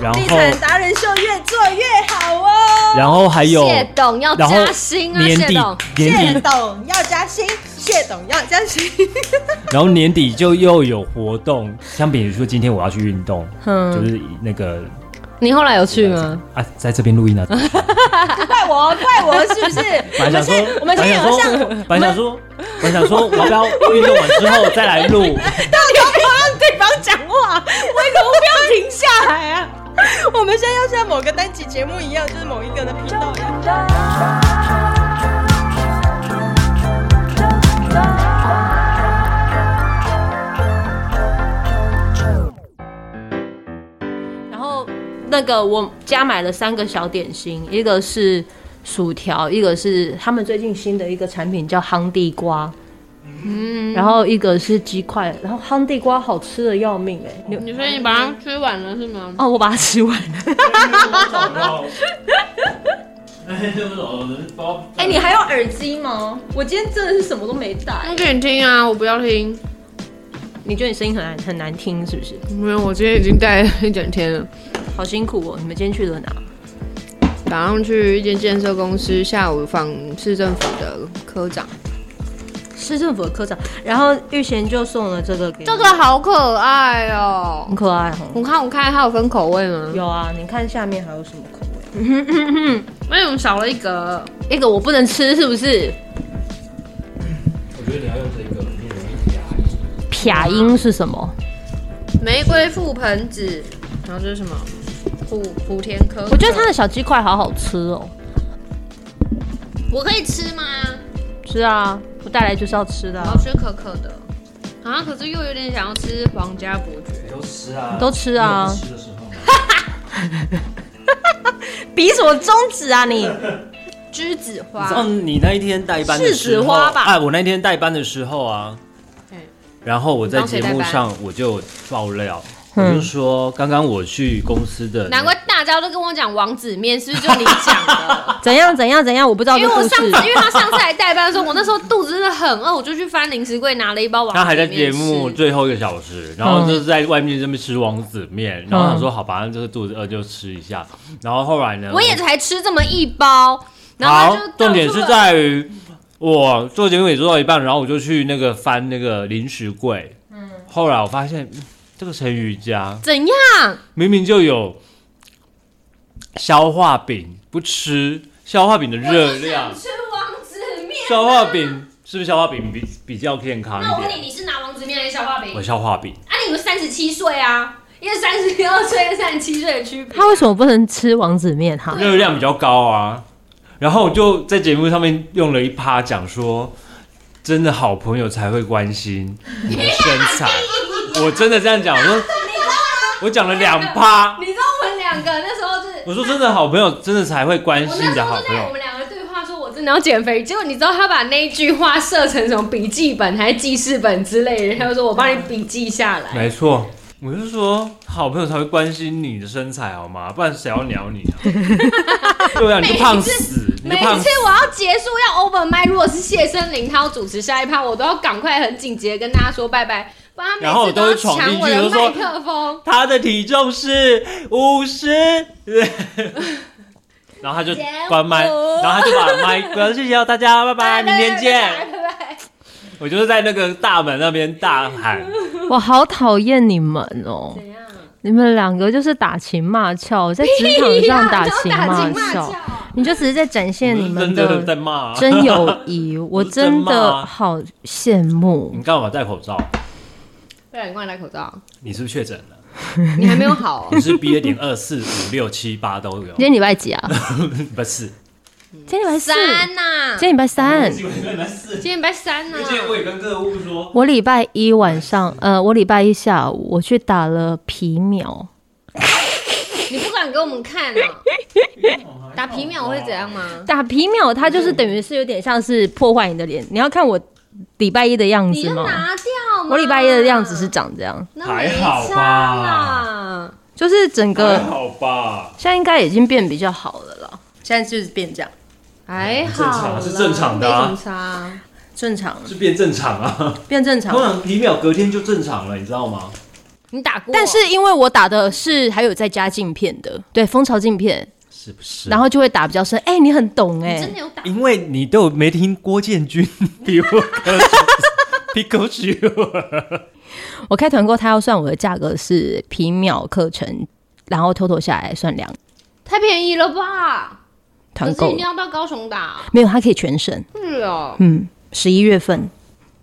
然地后产达人秀越做越好哦。然后还有谢董要然后加薪啊，年谢底董。年谢底，董要加薪，谢董要 加薪。然后年底就又有活动，像比如说今天我要去运动，就嗯，是那个你后来有去嗯吗？啊，在这边录音啊，怪啊我，怪我是不是？本来想说，我们是本来想我们说，本来想说，本来想说，我要不要运动完之后再来录？到底要不要让对方讲话？为什么不要停下来啊？我们现在要像某个单集节目一样，就是某一个的频道一样。然后那个我家买了三个小点心，一个是薯条，一个是他们最近新的一个产品叫夯地瓜。嗯，然后一个是鸡块，然后夯地瓜好吃的要 命哎、你你说你把它吃完了是吗？哦，我把它吃完了。哦哎、你还有耳机吗？我今天真的是什么都没带。我给你听啊，我不要听。你觉得你声音很难很难听是不是？没有，我今天已经戴了一整天了。好辛苦哦！你们今天去了哪？早上去一间建设公司，下午访市政府的科长。市政府的科长，然后玉贤就送了这个给你这个好可爱哦、很可爱哦。我看，我看，它有分口味吗？有啊，你看下面还有什么口味？为什么少了一格？一个我不能吃，是不是？我觉得你要用这一个，你容易压抑。撇音是什么？玫瑰覆盆子，然后这是什么？虎虎田科。我觉得它的小鸡块好好吃哦。我可以吃吗？是啊，我带来就是要吃的、我啊要，吃可可的，啊，可是又有点想要吃皇家伯爵。都吃啊，都吃啊吃的时候。比什么中指啊你？栀子你花知道嗯你那一天代班的时柿子候，花吧啊，我那天代班的时候啊嗯，然后我在节你目帮谁代上我就爆料，我就说刚刚我去公司的，难怪大家都跟我讲王子面，是不是就你讲的？ 怎样怎样怎样？我不知道因这为我故上次，事。因为他上次来代班的时候，我那时候肚子真的很饿，我就去翻零食柜拿了一包王子面他还在节目吃最后一个小时，然后就是在外面这边吃王子面，然后想说好吧，这个肚子饿就吃一下，然后后来呢，我也才吃这么一包，然后好他就，重点是到处在于我做节目也做到一半，然后我就去那个翻那个零食柜，嗯，后来我发现嗯这个陈瑜家怎样？明明就有消化饼不吃，消化饼的热量，吃王子面。消化饼是不是消化饼比比较健康那一我问你，点？你是拿王子面还是消化饼？我消化饼，啊，你们三十七岁啊，因为三十二岁、三十七岁的区别。啊他为什么不能吃王子面哈？热量比较高啊。然后我就在节目上面用了一趴讲说，真的好朋友才会关心你的身 材。我真的这样讲，我说我讲了两趴，你知道我们两个那时候就是，我说真的好朋友真的才会关我心那你时的候好就朋在我友。们两个对话说，我真的要减肥。结果你知道他把那一句话设成什么笔记本还是记事本之类的，他就说我帮你笔记下来。没错，我就说好朋友才会关心你的身材好吗？不然谁要鸟你 啊？对啊，你就胖死，你就每胖一死次。我要结束要 over 麦，如果是谢森林他要主持下一趴，我都要赶快很紧急的跟大家说拜拜，不然然后他我每次都都会闯要进抢去我的就说麦克风。他的体重是五 十，然后他就关麦，然后他就把麦关，谢谢哦大家，拜拜，明天 见。拜拜。我就是在那个大门那边大喊， 我好讨厌你们哦！怎样？你们两个就是打情骂俏，在职场上打 情骂打情俏，你就只是在展现你我们是真的在的骂、啊，真友谊，我是真 真骂的好羡慕 你。干嘛戴口罩？对，你快戴口罩，你是不是确诊了？你还没有好、哦 你是 B A 点二四五六七八都有今，天礼拜几 啊？ 不是？今天礼拜四，三呐、今天礼拜三。今天礼拜三呐、也跟客户说，我礼拜一晚上，呃，我礼拜一下午我去打了皮秒，你不敢给我们看啊？打皮秒会怎样吗？打皮秒它就是等于是有点像是破坏你的脸。你要看我礼拜一的样你子就吗？拿掉嘛。我礼拜一的样子是长这样，那还没好差吧啦。就是整个好吧，现在应该已经变比较好了啦。现在就是变这样，还好正常是正常的啊没什么差。正常了，是变正常啊。 变正常通哦了。常皮秒隔天就正常了，你知道吗？你打过，但是因为我打的是还有再加镜片的，对，蜂巢镜片，是不是？然后就会打比较深。哎、你很懂哎、你真的有打因为你都没听郭建军 比我歌手 Pikachu，我开团购，他要算我的价格是皮秒课程，然后 total 下来算两太便宜了吧？可团是一购定，要到高雄打，没有，他可以全省。是哦，嗯，十一月份，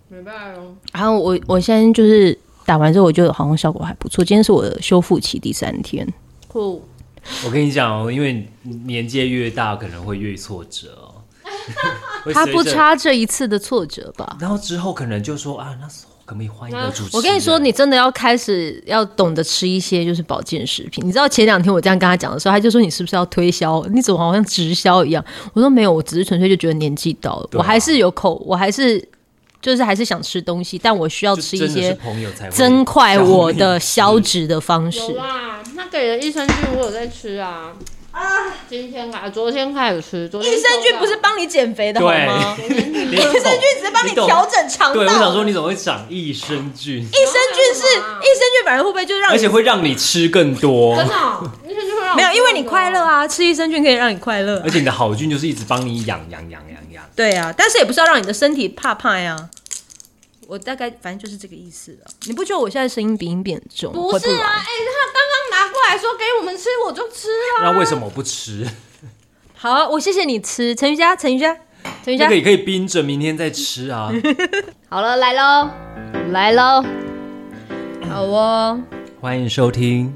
没办法哦。然后我我现在就是打完之后，我觉得好像效果还不错。今天是我的修复期第三天，酷，我跟你讲哦，因为年纪越大，可能会越挫折哦。 会他随不着，差这一次的挫折吧？然后之后可能就说啊，那时候可不可以换一个主持人？我跟你说，你真的要开始要懂得吃一些就是保健食品。你知道前两天我这样跟他讲的时候，他就说你是不是要推销？你怎么好像直销一样？我说没有，我只是纯粹就觉得年纪到了，对啊我还是有口，我还是就是还是想吃东西，但我需要就吃真一的是些朋友才会增快教你我的消脂的方式嗯啊有。啊啦，那给的益生菌我有在吃啊。今天啊，昨天开始吃，昨天益生菌不是收帮你减肥的好对 吗？益益 生菌只是帮你调整肠道。对，我想说益你怎么会长益生菌，生菌是益生菌，反而会不会就是让而你且会让你吃更多到，真的哦，益生菌会让我没有？因为你瘦快乐啊，吃益生菌可以让你快乐啊、而且你的好菌就是一直帮你养养养养养。对啊，但是也不是要让你的身体怕怕呀。我大概反正就是这个意思了。你不觉得我现在声音鼻音变重？不是回啊，来哎、他刚刚拿过来说给我们吃，我就吃啊。那为什么不 吃？好啊，我谢谢你吃，陈瑜佳，陈瑜佳，陈瑜那佳个，也可以冰着，明天再吃 啊。好了，来喽，来喽，好哦，欢迎收听，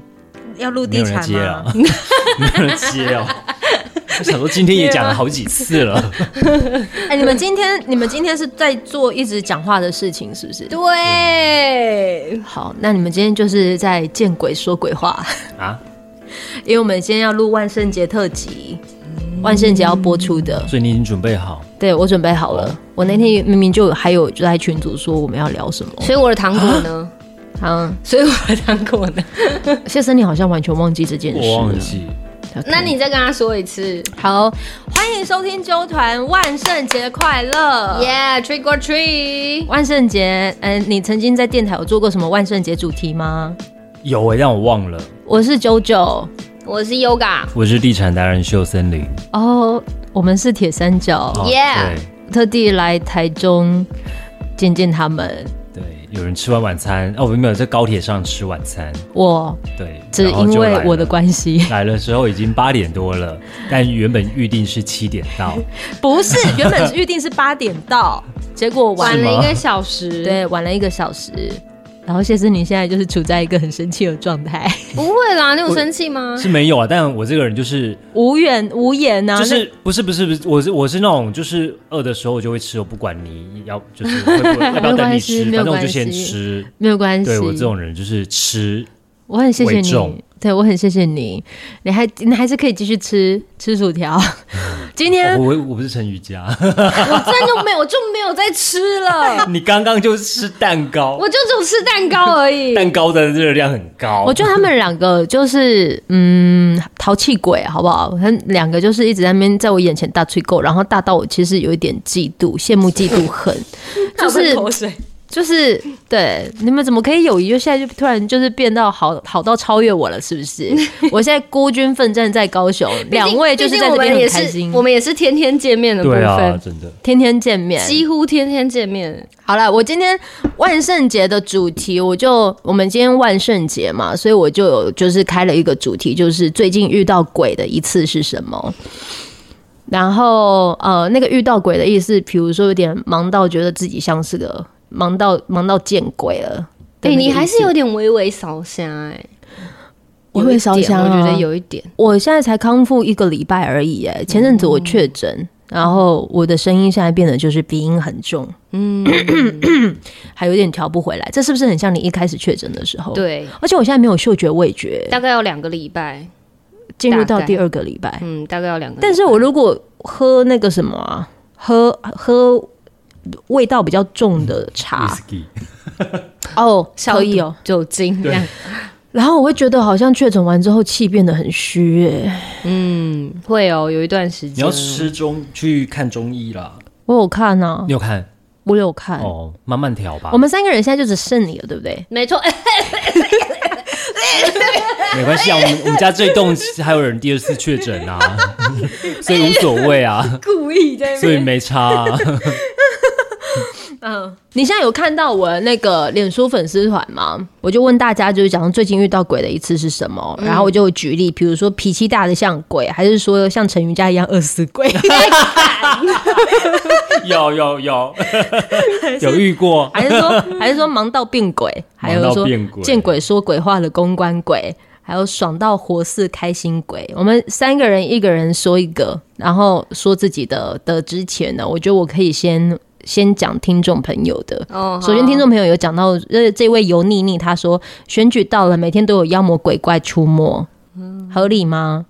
要录没地有人产接啊吗？， 没有人接哦。我想说今天也讲了好几次了，哎，你们今天你们今天是在做一直讲话的事情，是不是？对，好，那你们今天就是在见鬼说鬼话， 啊，因为我们今天要录万圣节特辑，万圣节要播出的。所以你已经准备好，对我准备好了，我那天明明就还有就在群组说我们要聊什么。所以我的糖果呢？嗯， 所以我的糖果呢？谢森，你好像完全忘记这件事。我忘。记。 那你再跟他说一次好，欢迎收听纠团，万圣节快乐啊，Yeah，trick or treat。万圣节，嗯、你曾经在电台有做过什么万圣节主题吗？有诶、让我忘了。我是九九，我是 Yoga，我是地产达人秀森林哦，我们是铁三角，哦 Yeah 特地来台中见见他们。对对，有人吃完晚餐，哦，我没有在高铁上吃晚餐，我对，只然后因就为来我的了关系， 来的时候已经八点多了，但原本预定是七点到，不是原本预定是八点 到，结果晚晚是了吗一个小时。，对晚了一个小时。然后谢思宁现在就是处在一个很生气的状态，不会啦，你有生气吗？是没有啊。但我这个人就是无缘无言啊，就是不是不是不是，我是我是那种就是饿的时候我就会吃，我不管你要就是会不会要不要等你吃， 没反正我有关系没有就关系先吃。那没有关系。对我这种人就是吃，我很谢谢为重你，对我很谢谢你，你还你还是可以继续吃吃薯 条。今天我我我不是陈瑜 伽，我真的没有，我就没有在吃了，你刚刚就是吃蛋糕，我就只有吃蛋糕而 已。蛋糕的热量很高，我觉得他们两个就是嗯淘气鬼，好不好？他们两个就是一直在那边在我眼前大吹够，然后大到我其实有一点嫉妒、羡慕、嫉妒、恨， 就是水。就是对你们怎么可以友谊就现在就突然就是变到好好到超越我了，是 不是？我现在孤军奋战在高雄，两位就是在这边很开毕竟心我，们也是我们也是天天见面的部对啊，分，真的天天见面，几乎天天见面。好了，我今天万圣节的主题，我就我们今天万圣节嘛，所以我就有就是开了一个主题，就是最近遇到鬼的一次是什么。然后呃，那个遇到鬼的意思，比如说有点忙到觉得自己像是个忙到忙到见鬼了。哎，你还是有点点微微烧香哎，我有会一烧点香、啊，我觉得，有一点。我现在才康复一个礼拜而已、嗯哎，前阵子我确诊，然后我的声音现在变得就是鼻音很重，嗯， 还有点调不回来，这是不是很像你一开始确诊的时候？，对，而且我现在没有嗅觉味觉，大概要两个礼拜，进入到大概第二个礼拜。嗯，大概要两个礼拜。但是我如果喝那个什么啊，喝喝味道比较重的茶 whisky 哦，可可以以哦哦。，酒精这样，然后我会觉得好像确诊完之后气变得很虚耶。嗯， 会哦，有一段时间你要吃中去看中医啦，我有看啊你，有看我有看。哦，慢慢调吧哎我。们三个人现在就只剩你了，对不对？没 错，没关系啊，我们我们家这一栋还有人第二次确诊 啊，所以无所谓啊，故意在那所以边。没差、啊。嗯，你现在有看到我那个脸书粉丝团吗？我就问大家，就是讲最近遇到鬼的一次是什么，然后我就举例，比如说脾气大的像鬼，还是说像陈瑜伽一样饿死鬼？有有有有遇 过，还是说还是说忙到变鬼，还有忙到说变鬼见鬼说鬼话的公关鬼，还有爽到活似开心鬼。我们三个人，一个人说一个，然后说自己的的之前呢，我觉得我可以先先讲听众朋友的。哦首先，听众朋友有讲到，呃，这位油腻腻他说，选举到了，每天都有妖魔鬼怪出没，合理吗？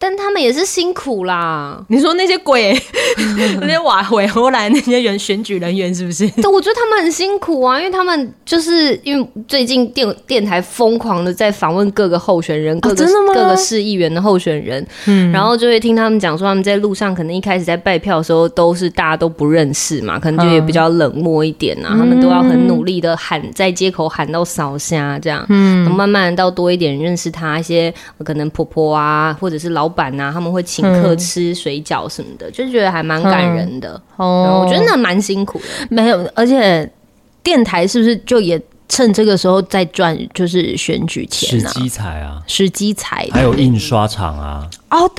但他们也是辛苦啦。你说那些鬼， 那些瓦回荷兰那些人选举人员是不 是？但我觉得他们很辛苦啊，因为他们就是因为最近电电台疯狂的在访问各个候选人，各个、啊真的吗各个市议员的候选人，嗯然后就会听他们讲说，他们在路上可能一开始在拜票的时候都是大家都不认识嗯嘛，可能就也比较冷漠一点啊，他们都要很努力的喊在街口喊到扫虾这样，嗯，慢慢地到多一点认识他一些呃可能婆婆啊，或者是老板啊，他们会请客嗯吃水饺什么的，就觉得还蛮感人的，然后哦我觉得那蛮辛苦的。没有，而且电台是不是就也趁这个时候在赚，就是选举是钱啊，机彩啊，时机财还有印刷厂啊，哦，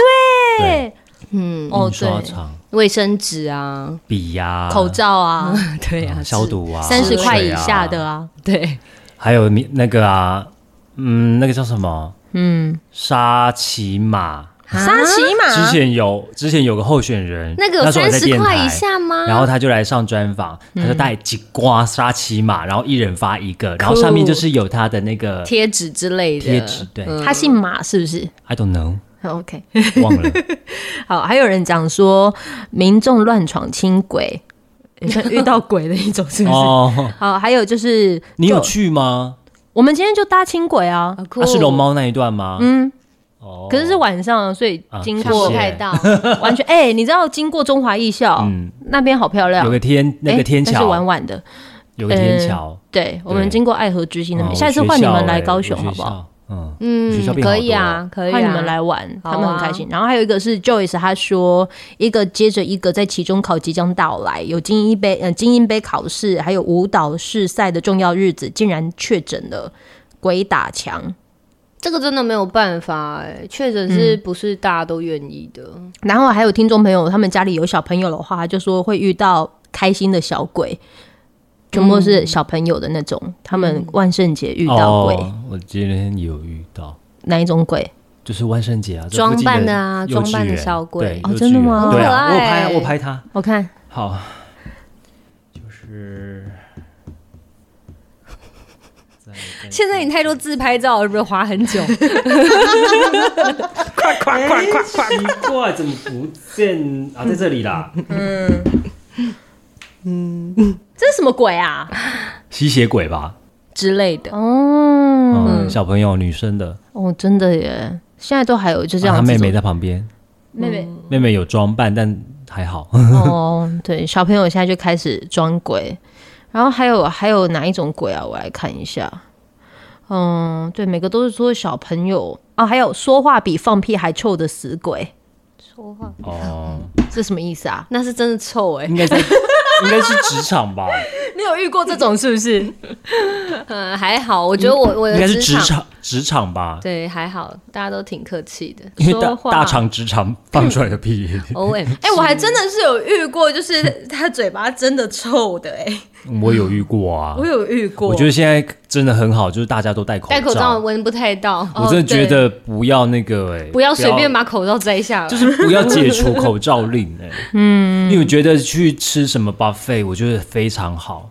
对对，嗯，哦印刷对厂、卫生纸啊，笔呀、口罩啊，对啊，消毒啊，三十块以下水的啊，啊，对，还有你那个啊，嗯，那个叫什么嗯，啊沙琪玛。沙琪之啊玛，前有之前有个候选人，那个有时候我三在十电块台以下吗？然后他就来上专访，他嗯就带几瓜沙琪玛，然后一人发一个，然后上面就是有他的那个贴纸之类的嗯贴纸，对他姓马是不是，I don't know，哦？OK，忘 了，好，还有人讲说民众乱闯轻轨，也算遇到鬼的一种，是不是？哦，好，还有就是你有就去吗？我们今天就搭轻轨啊，那是龙猫那一段吗？嗯，哦，可是是晚上啊，所以啊经谢过谢太大，完全哎、你知道经过中华艺校，嗯那边好漂亮，有个天那哎个天那是晚桥，晚的，有个天桥，对，我对们经过爱河之心那边，哦下次换你们来高雄我学好不好？校？我学校嗯，学校嗯，变好可多以啊，可以啊，换你们来玩，好他们很啊开心。然后还有一个是 Joyce，他说一个接着一个在期中考即将到来，有精英杯、呃精英杯考试，还有舞蹈试赛的重要日子，竟然确诊了鬼打墙。这个真的没有办法哎、确诊是不是大家都愿意的？然后还有听众朋友，他们家里有小朋友的话，他就说会遇到开心的小鬼，全部都是小朋友的那种。他们万圣节遇到鬼，哦，我今天有遇到。哪一种鬼？就是万圣节啊，这装附近扮的啊幼稚装扮的园小鬼对哦幼稚真的园吗对啊，我好可有拍，爱我拍他，我看好，就是现在你太多自拍照了，是不是花很久？奇怪，怎么不见啊？在这里啦，这是什么鬼啊？吸血鬼吧？ 之类的，哦嗯，小朋友，女生的，哦，真的耶！现在都还有就这啊样、她妹妹在旁边，妹妹妹妹有装扮，但还好。哦，对，小朋友现在就开始装鬼，然后还有还有哪一种鬼啊？我来看一下。嗯，对，每个都是说小朋友啊，还有说话比放屁还臭的死鬼，哦，这什么意思啊？那是真的臭哎、应该在，应该是职场吧？你有遇过这种是不是？嗯， 还好，我觉得我我应的该是职场，场，职场吧？对，还好，大家都挺客气 的，因为大说话大厂职场放出来的屁， O M，哎、我还真的是有遇过，就是他嘴巴真的臭的、哎，我有遇过啊。我有遇过。我觉得现在真的很好，就是大家都戴口戴口罩闻不太到，我真的觉得不要那个哎、哦不要随便把口罩摘下来，不要， 就是不要解除口罩令哎、嗯，因为我觉得去吃什么 buffet，我觉得非常好。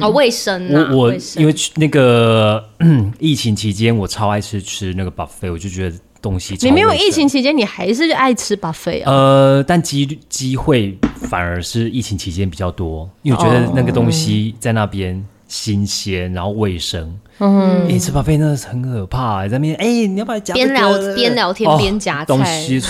哦卫生啊，我我卫生因为去那个 疫情期间，我超爱吃吃那个 buffet，我就觉得东西超你没有卫生疫情。期间，你还是爱吃 buffet 啊？呃，但机率机会反而是疫情期间比较多，因为我觉得那个东西在那边新鲜，然后卫生。嗯，哎、吃欸 buffet 真的是很可怕、在那边哎、你要不要夹、这边个聊边聊天哦边夹菜东西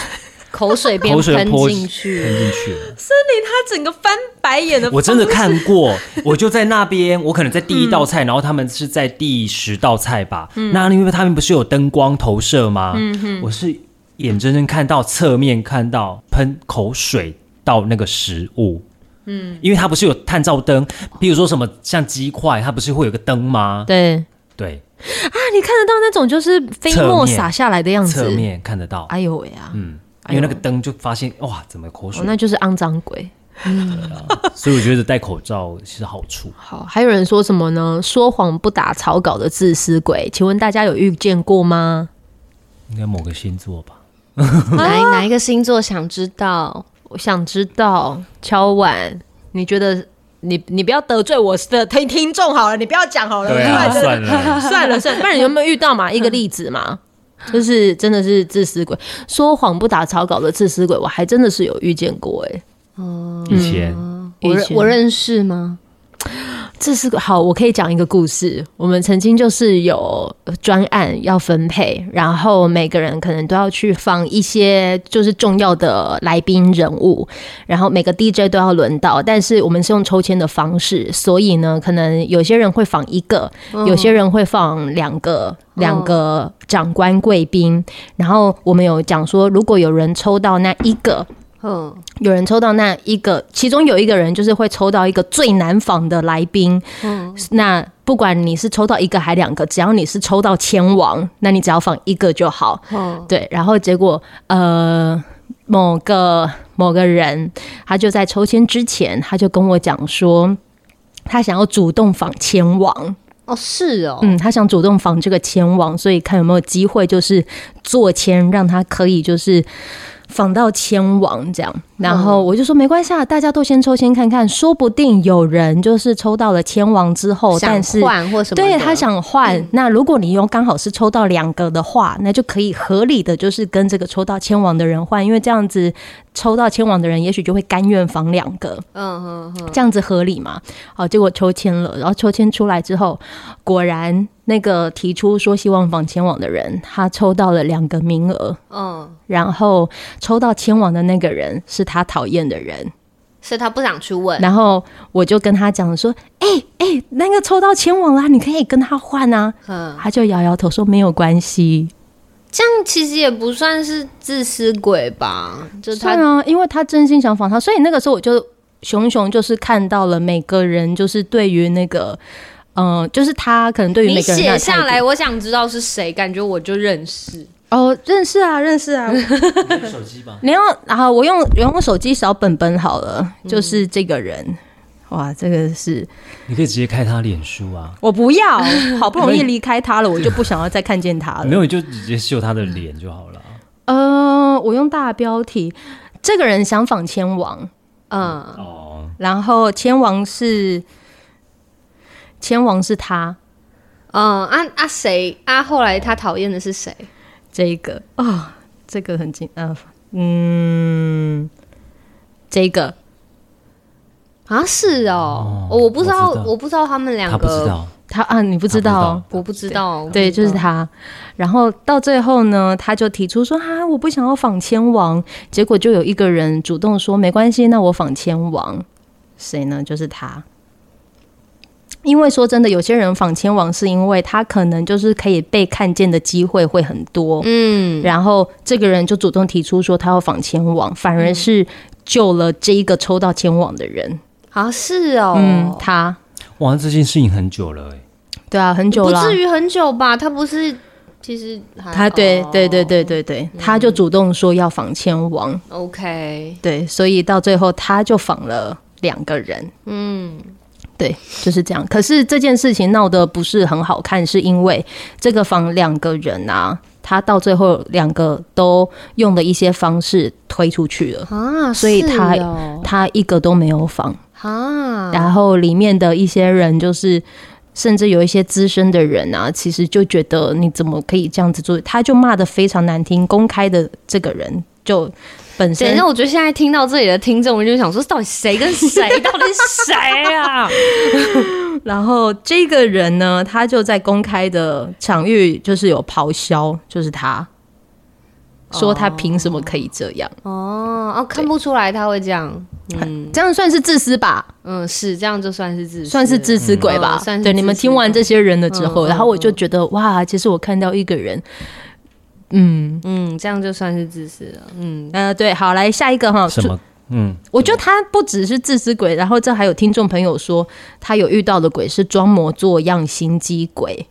口水边口水喷泼进去，喷进去了。他整个翻白眼的，我真的看过，我就在那边，我可能在第一道菜，然后他们是在第十道菜吧。那因为他们不是有灯光投射吗？我是眼睁睁看到侧面看到喷口水到那个食物。嗯，因为它不是有探照灯，比如说什么像鸡块，它不是会有个灯吗？对对，啊，你看得到那种就是飞沫洒下来的样侧子，面看得到。哎呦喂啊！嗯，因为那个灯就发现哇，怎么口水哦，？那就是肮脏鬼。所以我觉得戴口罩是好处。好，还有人说什么呢？说谎不打草稿的自私鬼，请问大家有遇见过吗？应该某个星座吧？哪一哪一个星座想知道？我想知道，敲碗，你觉得你你不要得罪我的听听众好了，你不要 讲好了，对 啊，算了，算 了嗯算了，不然你有没有遇到嘛？一个例子嘛，就是真的是自私鬼，说谎不打草稿的自私鬼，我还真的是有遇见过哎、以前我认以前我认识吗？自私鬼好，我可以讲一个故事。我们曾经就是有呃专案要分配，然后每个人可能都要去访一些就是重要的来宾人物，然后每个 DJ 都要轮到，但是我们是用抽签的方式，所以呢，可能有些人会访一个，有些人会放两个两个长官贵宾，然后我们有讲说，如果有人抽到那一个，嗯，有人抽到那一个，其中有一个人就是会抽到一个最难访的来宾。那不管你是抽到一个还两个，只要你是抽到千王，那你只要放一个就好。对，然后结果呃，某个某个人他就在抽签之前，他就跟我讲说，他想要主动访千王。哦，是哦，嗯，他想主动防这个前王，所以看有没有机会，就是做签让他可以就是防到前王这样。然嗯后我就说没关系，啊，大家都先抽签看看，说不定有人就是抽到了前王之后，但想是换或什么的？嗯对他想换。那如果你又刚好是抽到两个的话，那就可以合理的就是跟这个抽到千王的人换，因为这样子抽到千王的人也许就会甘愿防两个。嗯，嗯嗯这样子合理吗？好，结果抽签了，然后抽签出来之后，果然那个提出说希望访前往的人，他抽到了两个名额，嗯，然后抽到前往的那个人是他讨厌的人，所以他不想去问。然后我就跟他讲说，哎、哎、那个抽到前往啦，你可以跟他换啊，嗯，他就摇摇头说没有关系，这样其实也不算是自私鬼吧？就对他啊，因为他真心想访他，所以那个时候我就熊熊就是看到了每个人就是对于那个。嗯、就是他可能对于你每个人的写态下度来，我想知道是谁，感觉我就认识。哦，认识啊，认识啊，手机吧。 你要啊，我用我用手机扫本本好了，嗯就是这个人。哇，这个是你可以直接开他脸书啊，我不要，好不容易离开他了，我就不想要再看见 他没了。有你就直接秀他的脸就好了啊。呃，我用大标题，这个人想访千王，嗯，哦，然后千王是千王是他嗯，啊啊谁啊？后来他讨厌的是谁？这一个啊、这个很紧呃嗯，这一个啊是哦，哦我不知道，我知道我不知道他们两他个，不知，道，他啊，你不知道哦。我不知道，对，就是他。他。然后到最后呢，他就提出说：“啊，我不想要仿千王。”结果就有一个人主动说：“没关系，那我仿千王。”谁呢？就是他。因为说真的，有些人仿千王是因为他可能就是可以被看见的机会会很多，嗯，然后这个人就主动提出说他要仿千王，反嗯而是救了这一个抽到千王的人。啊是哦，嗯，他哇，这件事情很久了哎、对啊，很久不了啊、至于很久吧？他不是，其实还他对哦嗯对对对对对，他就主动说要仿千王， ，OK，对，所以到最后他就仿了两个人，嗯，对，就是这样。可是这件事情闹得不是很好看，是因为这个仿两个人啊，他到最后两个都用了一些方式推出去了，啊，所以他是哦他一个都没有仿，啊，然后里面的一些人就是。甚至有一些资深的人啊，其实就觉得你怎么可以这样子做？他就骂得非常难听，公开的这个人就本等一身下，我觉得现在听到这里的听众就想说，到底谁跟谁？到底是谁 啊？然后这个人呢，他就在公开的场域就是有咆哮，就是他。说他凭什么可以这样？哦哦，看不出来他会这样，嗯这样算是自私吧？嗯，是这样就算是自私，算是自私鬼吧嗯？算是对，你们自私听完这些人了之后，嗯嗯然后我就觉得哇，其实我看到一个人，嗯嗯，这样就算是自私了，嗯，呃，对，好，来下一个哈，什么？嗯，我觉得他不只是自私鬼，然后这还有听众朋友说，他有遇到的鬼是装模作样心机鬼，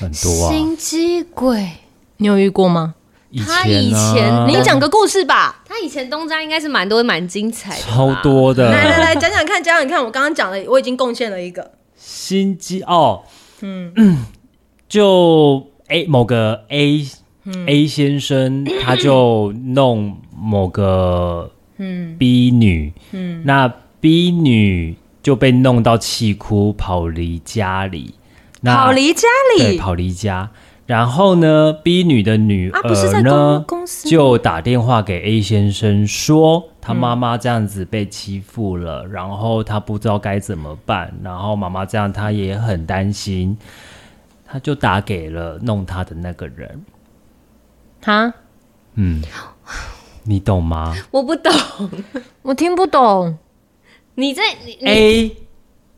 很多啊。机鬼，你有遇过吗？以他以啊前你讲个故事吧。他以前东家应该是蛮多蛮精彩的吧，超多的，来来来，讲讲看，讲讲看，我刚刚讲了，我已经贡献了一个。心机哦，嗯， 就 A 某个 A、A 嗯先 生，他就弄某个嗯 B 女，嗯，那 B 女就被弄到气哭，跑离家里，那跑离家对里跑离家，然后呢，B 女的女啊不是在儿呢、公公司呃吗就打电话给 A 先生说，他妈妈这样子被欺负了，然后他不知道该怎么办，然后妈妈这样他也很担心，他就打给了弄他的那个人，哈，嗯，你懂吗我不懂，我听不懂。你在你嗯哎你？A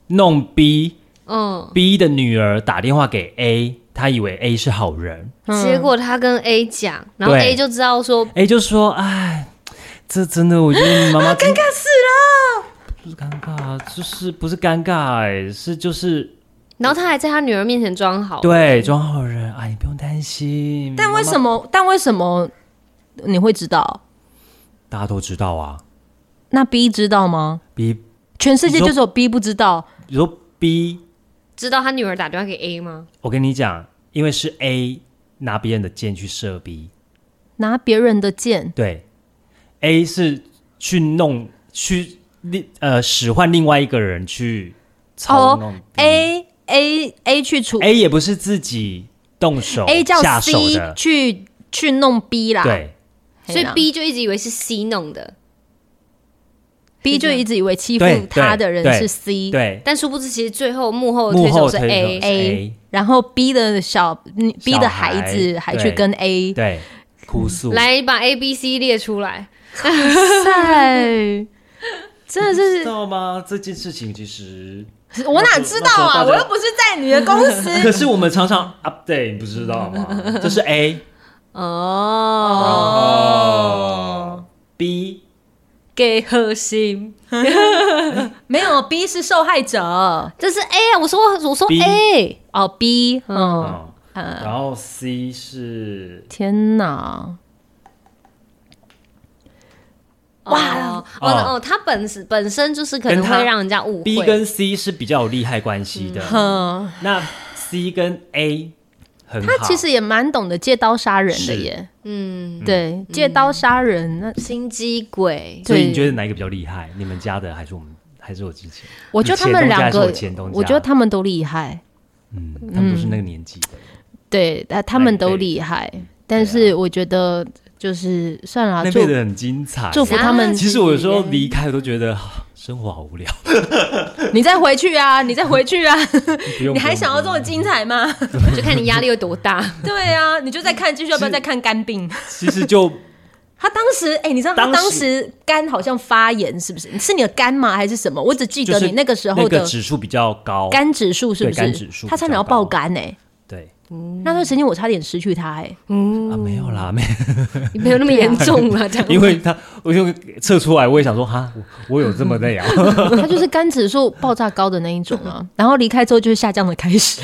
弄 B，B 嗯，的女儿打电话给 A，他以为 A 是好人。结果他跟 A 讲，然后嗯对 A 就知道说 A 就说：“哎，这真的，我觉得你 妈妈啊尴尬死了。”不是尴尬，就是不是尴尬、哎，是就是然后他还在他女儿面前装好，，对装好人啊，你不用担心。但为妈什妈么？但为什么你会知道？大家都知道啊？那 B 知道吗？比全世界你说就只有 B 不知道。你说 B，知道他女儿打电话给 A 吗？我跟你讲，因为是 A 拿别人的箭去射 B，拿别人的剑，对，A 是去弄去另呃使唤另外一个人去操弄 B、哦 A A A 去除 A 也不是自己动手 A 叫哎下手 C 的，去去弄 B 啦，对。嘿所以啦 B 就一直以为是 C 弄的， B 就一直以为欺负对对他的人对是 C，对，但殊不知其实最后幕后的幕推手后是推手 A 是 A，然后 B 的小嗯 B 的小孩孩子还去对跟 A 对，哭诉，来把 A B C 列出来，在，真的知是道吗？这件事情其实，我哪知道那时候啊？大家我又不是在你的公司 可是我们常常 update，你不知道 吗？这是 A 哦， B，给核心，没有 B 是受害者哦这是 A 啊，我说我说 B A，哦，B 嗯，嗯，然后 C 是天哪，哇，哦哦哦，他本身本身就是可能跟他会让人家误 B 会，跟 C 是比较有利害关系的，嗯，那 C 跟 A 很他好，其实也蛮懂得借刀杀人的是嗯耶，嗯，对，借刀杀人那心机鬼，所以你对觉得哪一个比较厉害？你们家的还是我们？还是我之前，我觉得他们你前东家两还是个我前东，家我觉得他们都厉害，嗯，他们都是那个年纪的，对，他他们都厉害，但是我觉得就是算了啊，啊那祝辈的很精彩。祝福他们，其实我有时候离开，我都觉得啊生活好无聊。 你再回去啊，你再回去啊，不用你还不用想要这么精彩吗？就看你压力有 多大。对啊，你就再看，继续要不要再看肝病？其实就他当时，哎、你知道他当时当时肝好像发炎，是不是？是你的肝吗？还是什么？我只记就得是你那个时那候个的指数比较高，肝指数是不是？对肝指数他差点要比较高爆肝呢、对那段时间我差点失去他、 哎，啊，没有啦，没，没有那么严重了，这样。因为他我就测出来，我也想说哈，我我有这么那 样，他就是肝指数爆炸高的那一种 啊。然后离开之后就是下降的开始。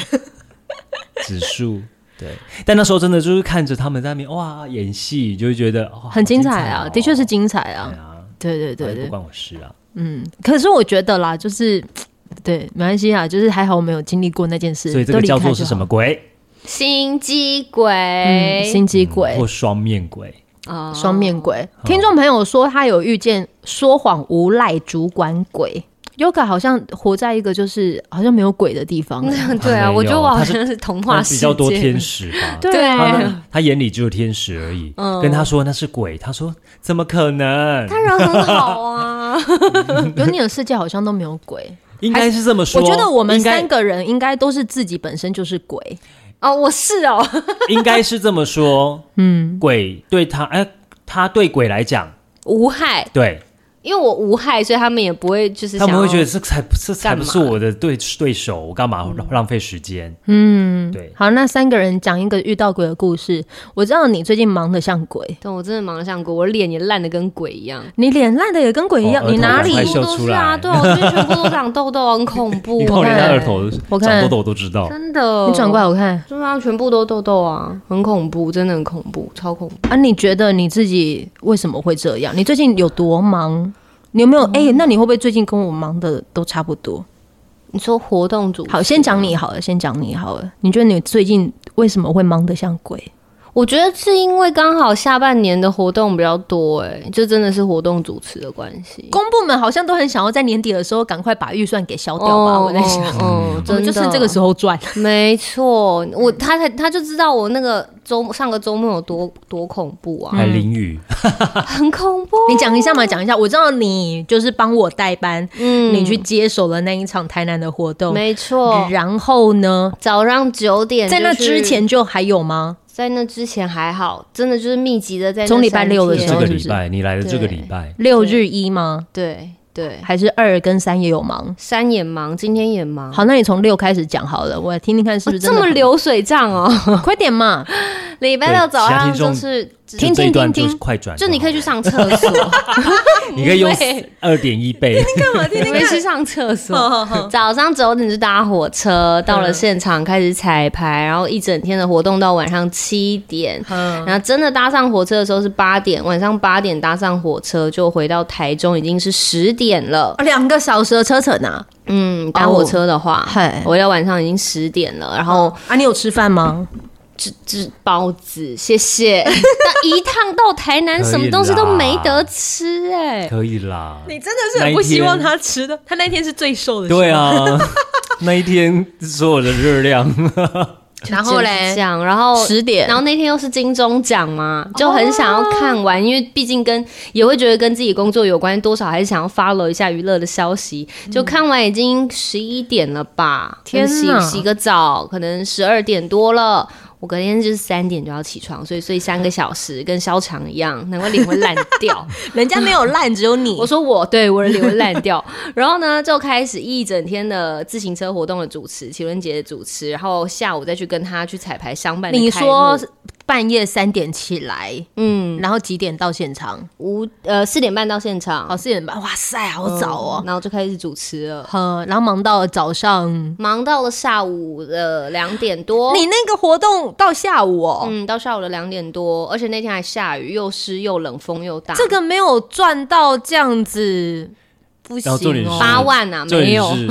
指数。对，但那时候真的就是看着他们在那边哇演戏，就会觉得哇很精精彩啊，的确是精精彩彩哦。对啊，啊，对对对对不对，关我事啊。嗯，可是我觉得啦，就是。对，没关系啊，就是还好我没有经历过那件事，所以这都个离开叫做就是什好么？鬼？心机鬼，哎嗯，心机鬼、或双面鬼？哦双面鬼。听众朋友说他有遇见说谎无赖主管鬼。Yoga 好像活在一个就是好像没有鬼的地方， 对啊，没有我觉得我好他是像是童话他世界，比较多天使吧？ 对啊嗯他们他眼里只有天使而已。跟他说那是鬼，他说怎么可能？当然很好啊。 有你的世界好像都没有鬼。应该是这么说。我觉得我们应该三个人应该都是自己本身就是鬼，哦，我是哦， 应该是这么说。嗯，鬼对他，哎、他对鬼来讲，无害，对因为我无害，所以他们也不会就是他想们会要觉得这才不这才干不嘛是我的对对手，我干嘛浪浪费时间？嗯，对好，那三个人讲一个遇到鬼的故事。我知道你最近忙得像鬼，对我真的忙得像鬼，我脸也烂得跟鬼一样。你脸烂的也跟鬼一样，哦你哪额头里快全秀部出都是来啊，对啊，我最近全部都长痘痘，很恐怖 欸你。看我连他看二头我看长痘痘我都知道。真的，你转过来我看对啊，全部都痘痘啊，很恐怖，真的很恐怖，超恐怖。啊！你觉得你自己为什么会这样？你最近有多忙？你有没有？哎、那你会不会最近跟我忙的都差不多？你说活动组织好，先讲你好了，先讲你好了。你觉得你最近为什么会忙得像鬼？我觉得是因为刚好下半年的活动比较多、欸，哎，就真的是活动主持的关系。公部门好像都很想要在年底的时候赶快把预算给消掉吧？我在想，哦，我真们的就是这个时候赚。 没错，我他才他就知道我那个周上个周末有多多恐怖啊，还淋雨，很恐怖。嗯你讲一下嘛，讲一下。我知道你就是帮我代班，嗯你去接手了那一场台南的活动。没错，然后呢，早上九点就在去那之前，就还有吗？在那之前还好，真的就是密集的在那从礼拜六的三就时天这候个是不礼是拜你来的这个礼拜，六日一吗？对对，还是二跟三也有忙？三也忙，今天也忙，好，那你从六开始讲好了，我来听听看是哦不是真这的么很，流水账哦。 快点嘛！ 礼拜六早上对其他就听众是就听这一段听就是快转好就了，你可以去上厕所，你可以用对二点一倍，你们去上厕好所。嗯好好，早上九点就搭火车到了现场，开始彩排，然后一整天的活动到晚上七点。嗯，然后真的搭上火车的时候是八点，晚上八点搭上火车就回到台中，已经是十点了。两个小时的车程啊，嗯，搭火车的话，嗨回到晚上已经十点了。然后啊，你有吃饭吗？只只包子，谢 谢。那一趟到台南，什么东西都没得吃 哎、可以啦。你真的是很不希望他吃的，他那天是最瘦的 对啊， 那一天所有的热量，然后就是嘞这，样，然后10点然后那天又是金钟奖嘛，就很想要看哦完，因为毕竟跟也会觉得跟自己工作有关，多少还是想要 follow 一下娱乐的消息。就看完已经十一点了吧，嗯天洗哪洗个澡，可能十二点多了。我隔天就是三点就要起床，所以睡三个小时，跟消长一样，难怪脸会烂 掉。人家没有烂，只有你我。说我对我的脸会烂掉，然后呢就开始一整天的自行车活动的主持，情人节的主持，然后下午再去跟他去彩排商办的 你开幕说半夜三点起来，嗯，然后几点到现场？五呃四点半到现场，哦，四点半，哇塞，好嗯早哦。然后就开始主持了，呵，然后忙到早上。忙到了下午的两点多。你那个活动到下午哦，嗯，到下午的两点多，而且那天还下雨，又湿又冷，风又大。这个没有赚到这样子，不行然后重点哦。是八万啊，重没点有，是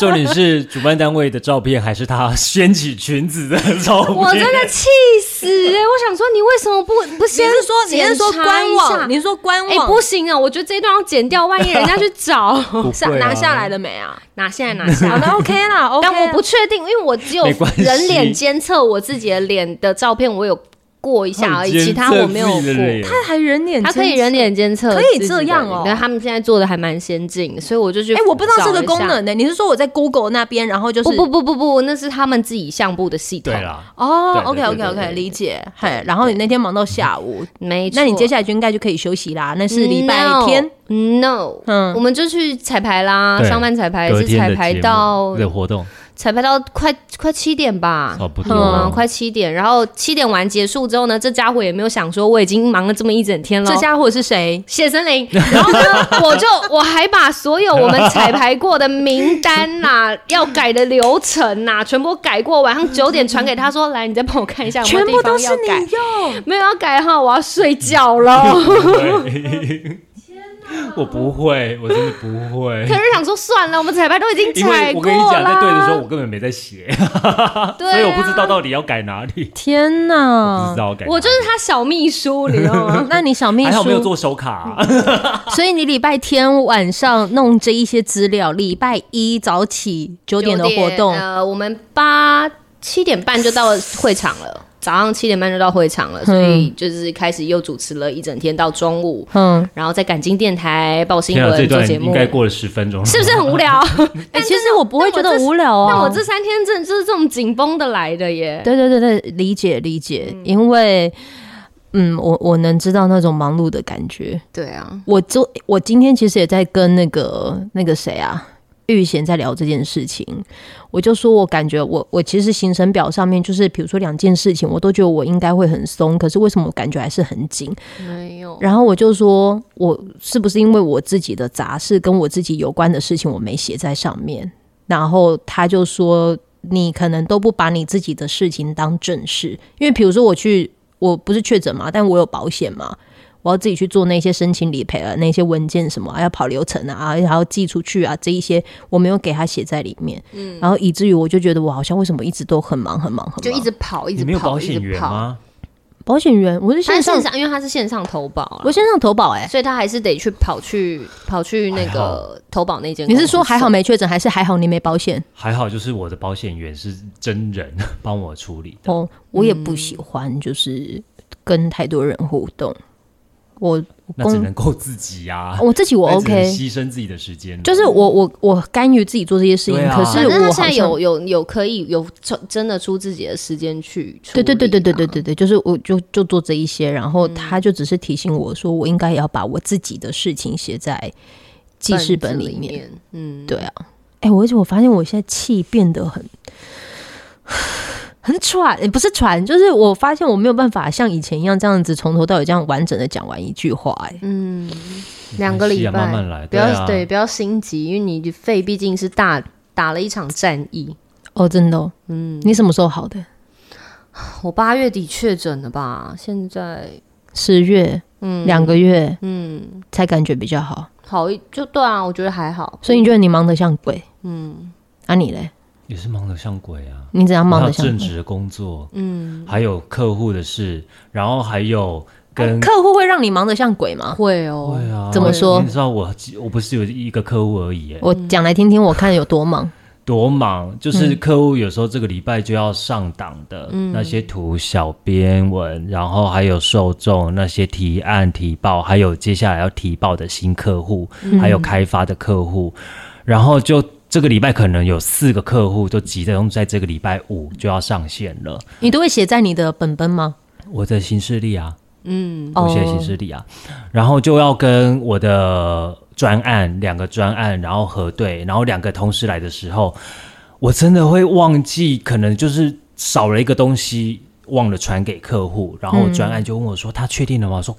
重点是主办单位的照片，还是他掀起裙子的照片？ 我真 的气死哎、我想说，你为什么不不你先是说你是说检查官一下网？你是说官哎、网？不行啊！我觉得这一段要剪掉，万一人家去找， 不下会啊拿下来了没啊？拿下来拿下 好来。的，OK 啦，OK 啦。但我不确定，因为我只有没关系人脸监测我自己的脸的照片，我有过一下而已，其他我没有自己的过。脸他还人脸，他可以人。脸监测，可以这样哦那他们现在做的还蛮先进，所以我就去。哎，我不知道这个功。能呢。你是说我在 Google 那边，然后就是不不不不不，那是他们自己相部的系统。对啦，哦对，OK 对 OK 对 OK，理解。嘿，然后你那天忙到下午，没错。那你接下来就应该就可以休息啦。那是礼拜天， No，, 嗯我们就去彩排啦，对上班彩排隔是天彩的排节目到的活动彩排到快快七点吧，哦差不多嗯，快七点，然后七点完结束之后呢，这家伙也没有想说我已经忙了这么一整天了。这家伙是谁？谢森林，然后呢，我就我还把所有我们彩排过的名单呐、要改的流程呐、全部改过。晚上九点传给他说，来，你再帮我看一下，全部都是你改。用。没有要改的话，我要睡觉了。 我不会，我真的不会可。是想说算了，我们彩排都已经因彩为我过跟你讲，在对的时候了，我根本没在写，对 啊嗯所以我不知道到底要改哪里，天不知呐！道要改哪里。我就是他小秘书，你知道吗？那你小秘还好没有书，做手卡，啊嗯所以你礼拜天晚上弄这一些资料，礼拜一早嗯起九点的活动，呃，我们八七点半就到会场了，早上七点半就到会场了，所以就是开始又主持了一整天到中午，嗯，然后再赶进电台报新天啊，这闻做段节目应，该过了十分钟了，是不是很无聊？哎，其实我不会觉得无聊啊。但我这三天真的就是这种紧绷的来的耶。对对对对，理解理解，因为嗯，我我能知道那种忙碌的感觉。对啊，我昨我今天其实也在跟那个那个谁啊。玉贤在聊这件事情，我就说，我感觉我我其实行程表上面就是，比如说两件事情，我都觉得我应该会很松，可是为什么我感觉还是很紧？没有，然后我就说，我是不是因为我自己的杂事跟我自己有关的事情我没写在上面？然后他就说，你可能都不把你自己的事情当正事，因为比如说我去，我不是确诊嘛，但我有保险嘛。我要自己去做那些申请理赔啊，那些文件什么、啊、要跑流程啊，然后寄出去啊，这一些我没有给他写在里面，嗯，然后以至于我就觉得我好像为什么一直都很忙很忙很忙，就一直跑，一你直没有跑，保一险直员跑。吗？保险员，我是他线是上线，上，因为他是线上投保啊，我线上投保哎、所以他还是得去跑去跑去那个投保那间公你司。是说还好没确诊，还是还好你没保险？还好，就是我的保险员是真人 帮我处理的。哦，我也嗯不喜欢，就是跟太多人互动。我那只公能够自己呀、我自己我那只能 OK，牺牲自己的时间了，就是我我我甘于自己做这些事对情，啊可是我反正他好现在像有有有可以有出真的出自己的时间去处对对对对对对理啊，对对，就是我就就做这一些，然嗯后他就只是提醒我说，我应该也要把我自己的事情写在记事本里里面。，嗯，对啊，哎、我而且我发现我现在气变得很很喘，也不是喘，就是我发现我没有办法像以前一样这样子从头到尾这样完整的讲完一句话、哎，嗯，没两个关系礼啊拜，慢慢来，不要啊、对，不要心急，因为你肺毕竟是大打了一场战役。哦，真的、哦，嗯，你什么时候好的？我哦八月底确诊了吧？现在十月嗯两个月嗯才感觉比较好，好一就对啊，我觉得还好。所以你觉得你忙得像鬼？嗯啊，你嘞？也是忙得像鬼啊。你怎样忙还有得像正鬼？职的工作，嗯，还有客户的事，然后还有跟客户会让你忙得像鬼吗？会哦，对啊，啊怎么说你知道我我不是有一个客户而已耶，我嗯讲来听听，我看有多忙。多忙！就是客户有时候这个礼拜就要上档的那些图、小编文，然后还有受众那些提案、提报，还有接下来要提报的新客户，还有开发的客户，然后就。这个礼拜可能有四个客户都集中在这个礼拜五就要上线了，你都会写在你的本本吗？我的行事历啊，嗯我写行事历啊，然后就要跟我的专案两个专案，然后核对，然后两个同时来的时候，我真的会忘记，可能就是少了一个东西，忘了传给客户，然后专案就问我说：“他确定了吗？”我说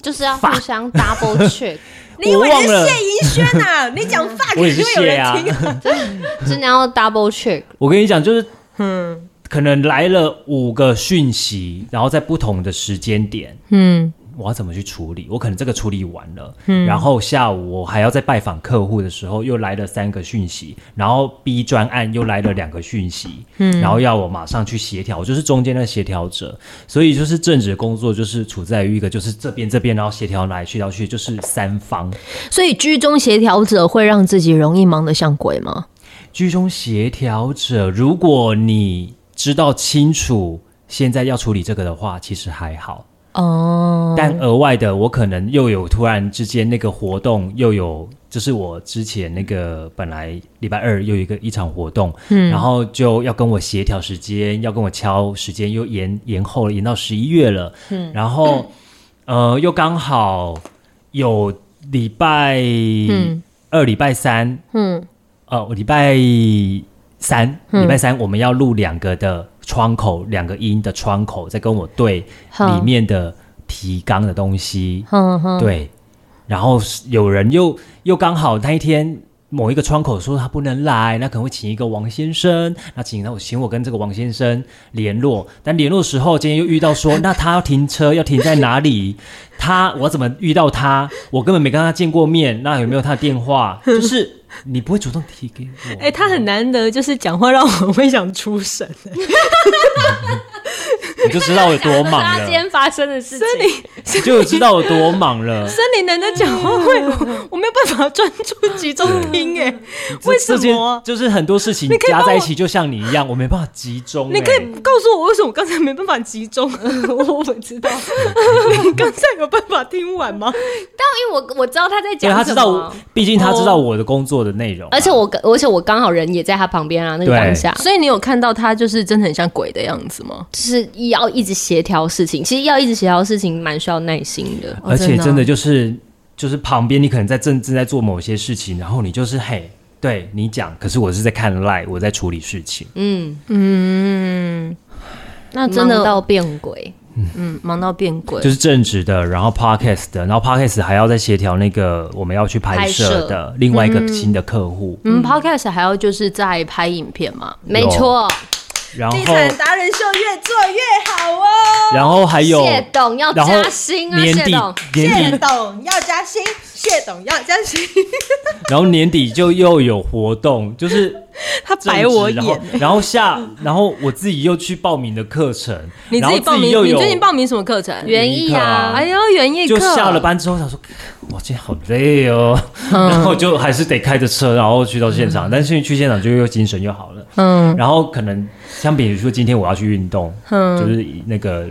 就是要互相 double check，：“ 我忘了，银轩 呐、啊你讲 fuck 我也是谢啊。”真的要 double check。我跟你讲，就是，可能来了五个讯息，然后在不同的时间点，嗯，我要怎么去处理？我可能这个处理完了，然后下午我还要再拜访客户的时候，又来了三个讯息，然后 B 专案又来了两个讯息，然后要我马上去协调，我就是中间的协调者。所以就是正职工作就是处在于一个就是这边这边，然后协调来协调去，就是三方所以居中协调者会让自己容易忙得像鬼吗？居中协调者。如果你知道清楚现在要处理这个的话，其实还好。哦，但额外的，我可能又有突然之间那个活动，又有就是我之前那个本来礼拜二又有一个一场活动，然后就要跟我协调时间，要跟我敲时间，又延延后了，延到十一月了，然后、呃又刚好有礼拜二、礼拜三，嗯，呃，我礼拜三，礼拜三我们要录两个的窗口，两个音的窗口，再跟我对好里面的提纲的东西，哼嗯哼，对。然后是有人又又刚好那一天某一个窗口说他不能来，那可能会请一个王先生，那请那我请我跟这个王先生联络，但联络时候今天又遇到说，那他要停车要停在哪里？他我怎么遇到他？我根本没跟他见过面，那有没有他的电话？就是你不会主动提给我，哎哎、他很难得，就是讲话让我会想出神、你就知道我有多忙他了今，天发生的事情，你就知道我多忙了。森林人在讲话会，我我没有办法专注集嗯中听哎、这为什这件么就是很多事情你可以帮加我在一起，就像你一样，我没办法集中欸、你可以告诉我为什么我刚才没办法集中？ 我不知道，我刚才有办法听完吗？因为我我知道他在因为讲他什知道么我，，毕竟他知道我的工作的内容啊、而且我跟而且我刚好人也在他旁边啊，那个对当下所以你有看到他就是真的很像鬼的样子吗？就是要一直协调事情，其实要一直协调事情蛮需要耐心的。而且真的啊真的就是就是旁边你可能在正正在做某些事情，然后你就是嘿，对你讲，可是我是在看 line，我在处理事情。嗯，那真的忙到变鬼，嗯，忙到变鬼，就是正职的，然后 podcast 的，然后 podcast 还要再协调那个我们要去拍摄的另外一个新的客户，嗯，podcast 还要就是在拍影片嘛，没错。然后地产达人秀越做越好哦，然后还有谢董要然后加薪啊，年谢底董。年谢底，董要加薪，谢董要加 薪，然后年底就又有活动，就是他正白我职然后欸眼。然后下，然后我自己又去报名的课程，你自然后己报名，又你有最近报名什么课程？园艺啊，哎呦，园艺课哦就下了，班之后想说，哇，今天好累哦，嗯然后就还是得开着车，然后去到现场，但是去现场就又精神又好了。嗯，然后可能相比如说今天我要去运动，嗯就是那个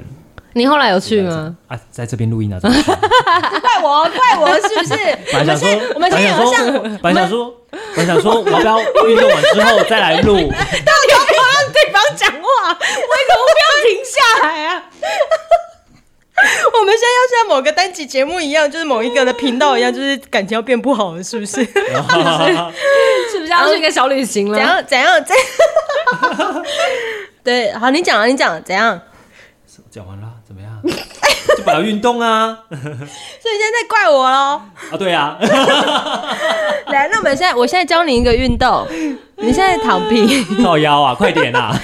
你后来有去吗？啊，在这边录音啊，这边录音 怪我，怪我是不是？本来想说，我们本来先想有像说，本来想说，本来想说，我要不要运动完之后再来 录？你要不要让对方讲话？为什么不要停下来啊？我们现在要像某个单集节目一样，就是某一个的频道一样，就是感情要变不好了，是不是？是不是要去一个小旅行 怎？样怎样怎样？ 对，好，你讲啊，你讲怎样？讲完了，怎么样？ 就本来要运动啊，所以现在在怪我喽。啊对啊， 来，那我们现在，我现在教你一个运动，你现在躺平，靠腰啊，快点啊！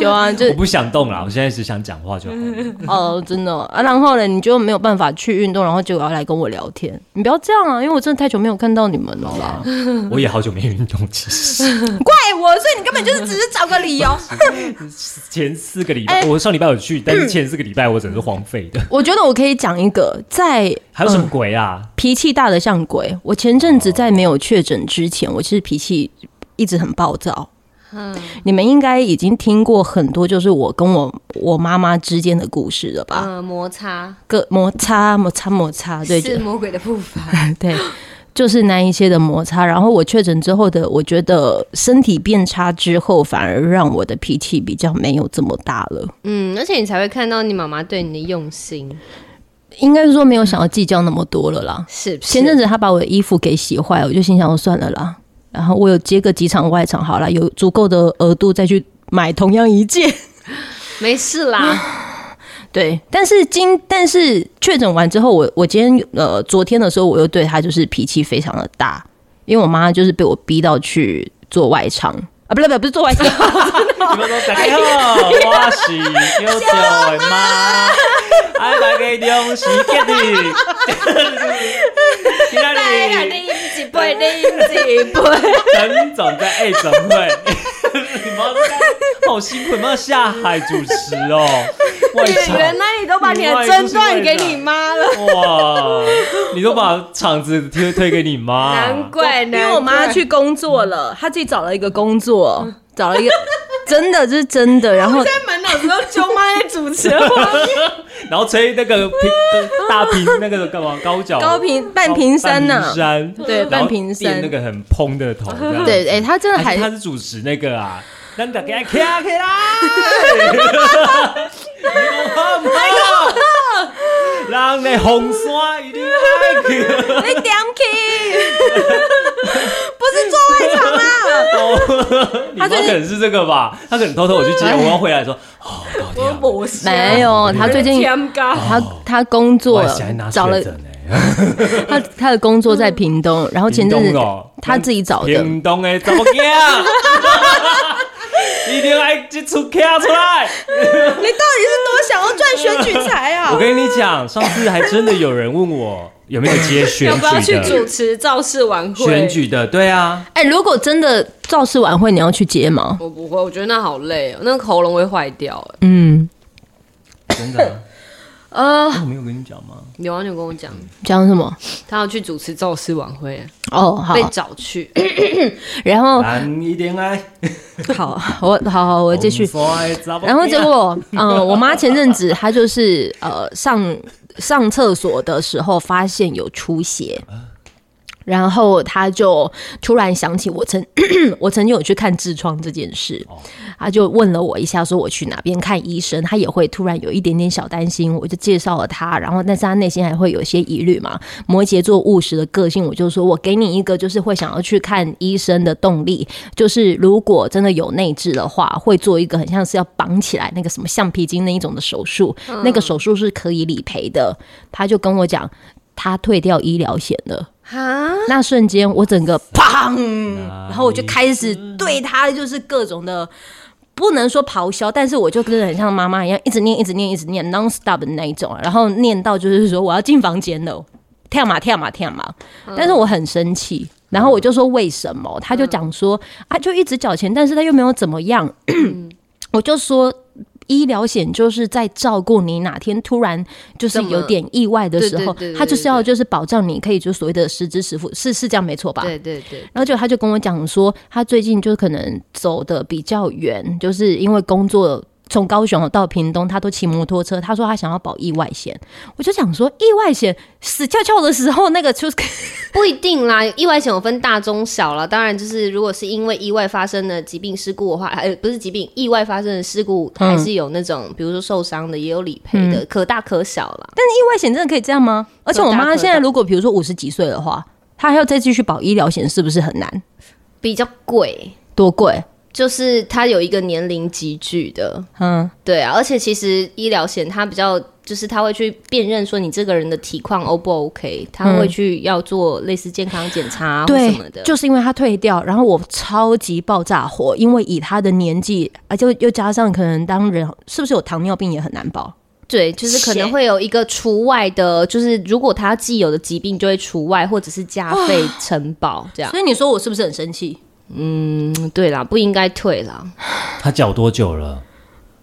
有啊，就我不想动了，我现在只想讲话就好了。哦，真的哦啊，然后呢，你就没有办法去运动，然后就要来跟我聊天，你不要这样啊，因为我真的太久没有看到你们了啦。我也好久没运动，其实怪我，所以你根本就是只是找个理 由。前四个礼拜，我上礼拜有去，但是前四个礼拜我整个是荒废的。我觉得我可以讲一个，在还有什么鬼啊？脾气大的像鬼。我前阵子在没有确诊之前，我其实脾气一直很暴躁。你们应该已经听过很多，就是我跟我我妈妈之间的故事了嗯吧？呃，摩擦各摩擦摩擦摩擦，对，是魔鬼的步伐， 对，就是那一些的摩擦。然后我确诊之后的，我觉得身体变差之后，反而让我的脾气比较没有这么大了。嗯，而且你才会看到你妈妈对你的用心，应该是说没有想要计较那么多了啦。是不是？前阵子他把我的衣服给洗坏了，我就心想说算了啦。然后我有接个几场外场，好了，有足够的额度再去买同样一件。 没事啦，对，但是今但是确诊完之后，我我今天呃昨天的时候，我又对他就是脾气非常的大，因为我妈就是被我逼到去做外场啊，不是不是不是做外场，你们都打开好，我是九九的 哎妈，爱来给东西给你。今天你一杯，你一杯，陈总在爱怎会？你们要干好辛苦，你们要下海主持哦。外场原来你都把你的争端给你妈了，哇，你都把场子推推给你妈，难怪因呢，为我妈 去工作了，她自己找了一个工作，找了一个真的这是真的，然后满脑子都舅妈在主持，然后吹那个平大平那个干嘛高脚高平半平山呐、呐、半平山对然后半平山垫那个很蓬的头，这样 对，哎、她真的还还是他是主持那个啊，那大家起来起来， 你讲好唔好？人咧红山一定爱去， 你点去，他可能是这个吧？他可能偷偷我去哎接，我要回来说，哦，我我 是哎没有，她哦最近哦她她工作哦我还想拿找了确诊欸她她的工作在屏东，然后前阵屏子东哦她自己找的，屏东的怎么囝， 一定要这出卡出来！你到底是多想要赚选举财啊 我？跟你讲，上次还真的有人问 我有没有接选要不要举去的主持造势晚会？选举的，对啊，哎、如果真的造势晚会，你要去接吗？我不会，我觉得那好累哦，那个喉咙会坏掉。嗯，真的啊、 哦呃，我没有跟你讲吗？有啊，你有跟我讲，讲什么？他要去主持造势晚会，哦，好被找 去。然后难一点哎爱，好， 我好好，我继续。然然后结果，嗯，我妈前阵子她就是呃上上厕所的时候发现有出血，然后她就突然想起我曾 我曾经有去看痔疮这件事，她就问了我一下，说我去哪边看医生，她也会突然有一点点小担心，我就介绍了她，然后但是她内心还会有些疑虑嘛。摩羯座务实的个性，我就说我给你一个就是会想要去看医生的动力，就是如果真的有内痔的话，会做一个很像是要绑起来那个什么橡皮筋那一种的手术，那个手术是可以理赔的。他就跟我讲，他退掉医疗险了。那瞬间我整个砰，哎然后我就开始对他就是各种的。不能说咆哮，但是我就跟很像妈妈一样，一直念，一直念，一直念，non stop 的那一种，啊然后念到就是说我要进房间了，跳嘛跳嘛跳嘛，嗯但是我很生气，然后我就说为什么？他就讲说啊，就一直缴钱，但是他又没有怎么样，嗯 我就说。医疗险就是在照顾你哪天突然就是有点意外的时候对对对对，对他就是要就是保障你可以就所谓的实支实付，是是这样没错吧？对对对，然后就他就跟我讲说，他最近就可能走的比较远，就是因为工作从高雄到屏东，他都骑摩托车。他说他想要保意外险，我就想说意外险死翘翘的时候，那个就是不一定啦，意外险有分大中小啦。当然，就是如果是因为意外发生的疾病事故的话，呃，不是疾病，意外发生的事故，它还是有那种，比如说受伤的，也有理赔嗯的，可大可小啦。意外险真的可以这样吗？而且我妈现在如果比如说五十几岁的话，她还要再继续保医疗险，是不是很难？比较贵，多贵？就是它有一个年龄集聚的，嗯，对啊，而且其实医疗险它比较，就是它会去辨认说你这个人的体况 O 不 OK，它会去要做类似健康检查啊或什嗯对么的，，就是因为她退掉，然后我超级爆炸火，因为以她的年纪，而且又加上可能当人是不是有糖尿病也很难保？对，就是可能会有一个除外的，就是如果他既有的疾病就会除外，或者是加费承保这样。所以你说我是不是很生气？嗯，对啦，不应该退啦。他缴多久了？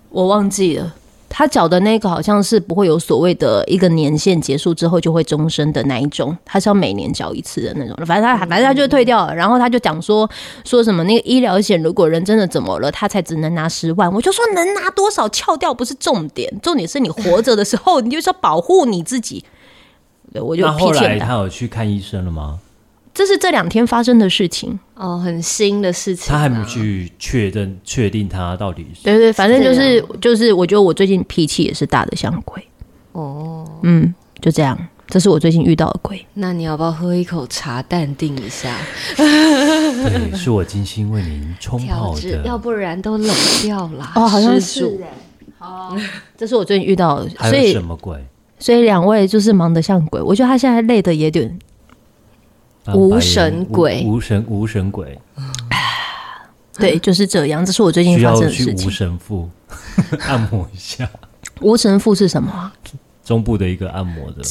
我忘记了。他缴的那个好像是不会有所谓的一个年限结束之后就会终身的那一种，他是要每年缴一次的那种。反正嗯他反正他就退掉了，然后他就讲说说什么那个医疗险，如果人真的怎么了，他才只能拿十万。我就说能拿多少撬掉不是重点，重点是你活着的时候，你就是要保护你自己。对，我就那脾后气来很大。他有去看医生了吗？这是这两天发生的事情。哦，很新的事情、他啊，还没有去确认确定他到底是对对，反正就是就是，我觉得我最近脾气也是大的像鬼。哦。嗯，就这样，这是我最近遇到的鬼。那你要不要喝一口茶，淡定一下，对，是我精心为您冲调泡制，要的。不然都冷掉啦。哦好像是失主哦 这是我最近遇到的，还所有以什么鬼？所以两位就是忙得像鬼，我觉得他现在累的也有点，翻啊白眼无神鬼无无神无神鬼，对，就是这样。这是我最近需发要生的去事无情。神父 按摩一下无神父是什么啊？中部的一个按摩的。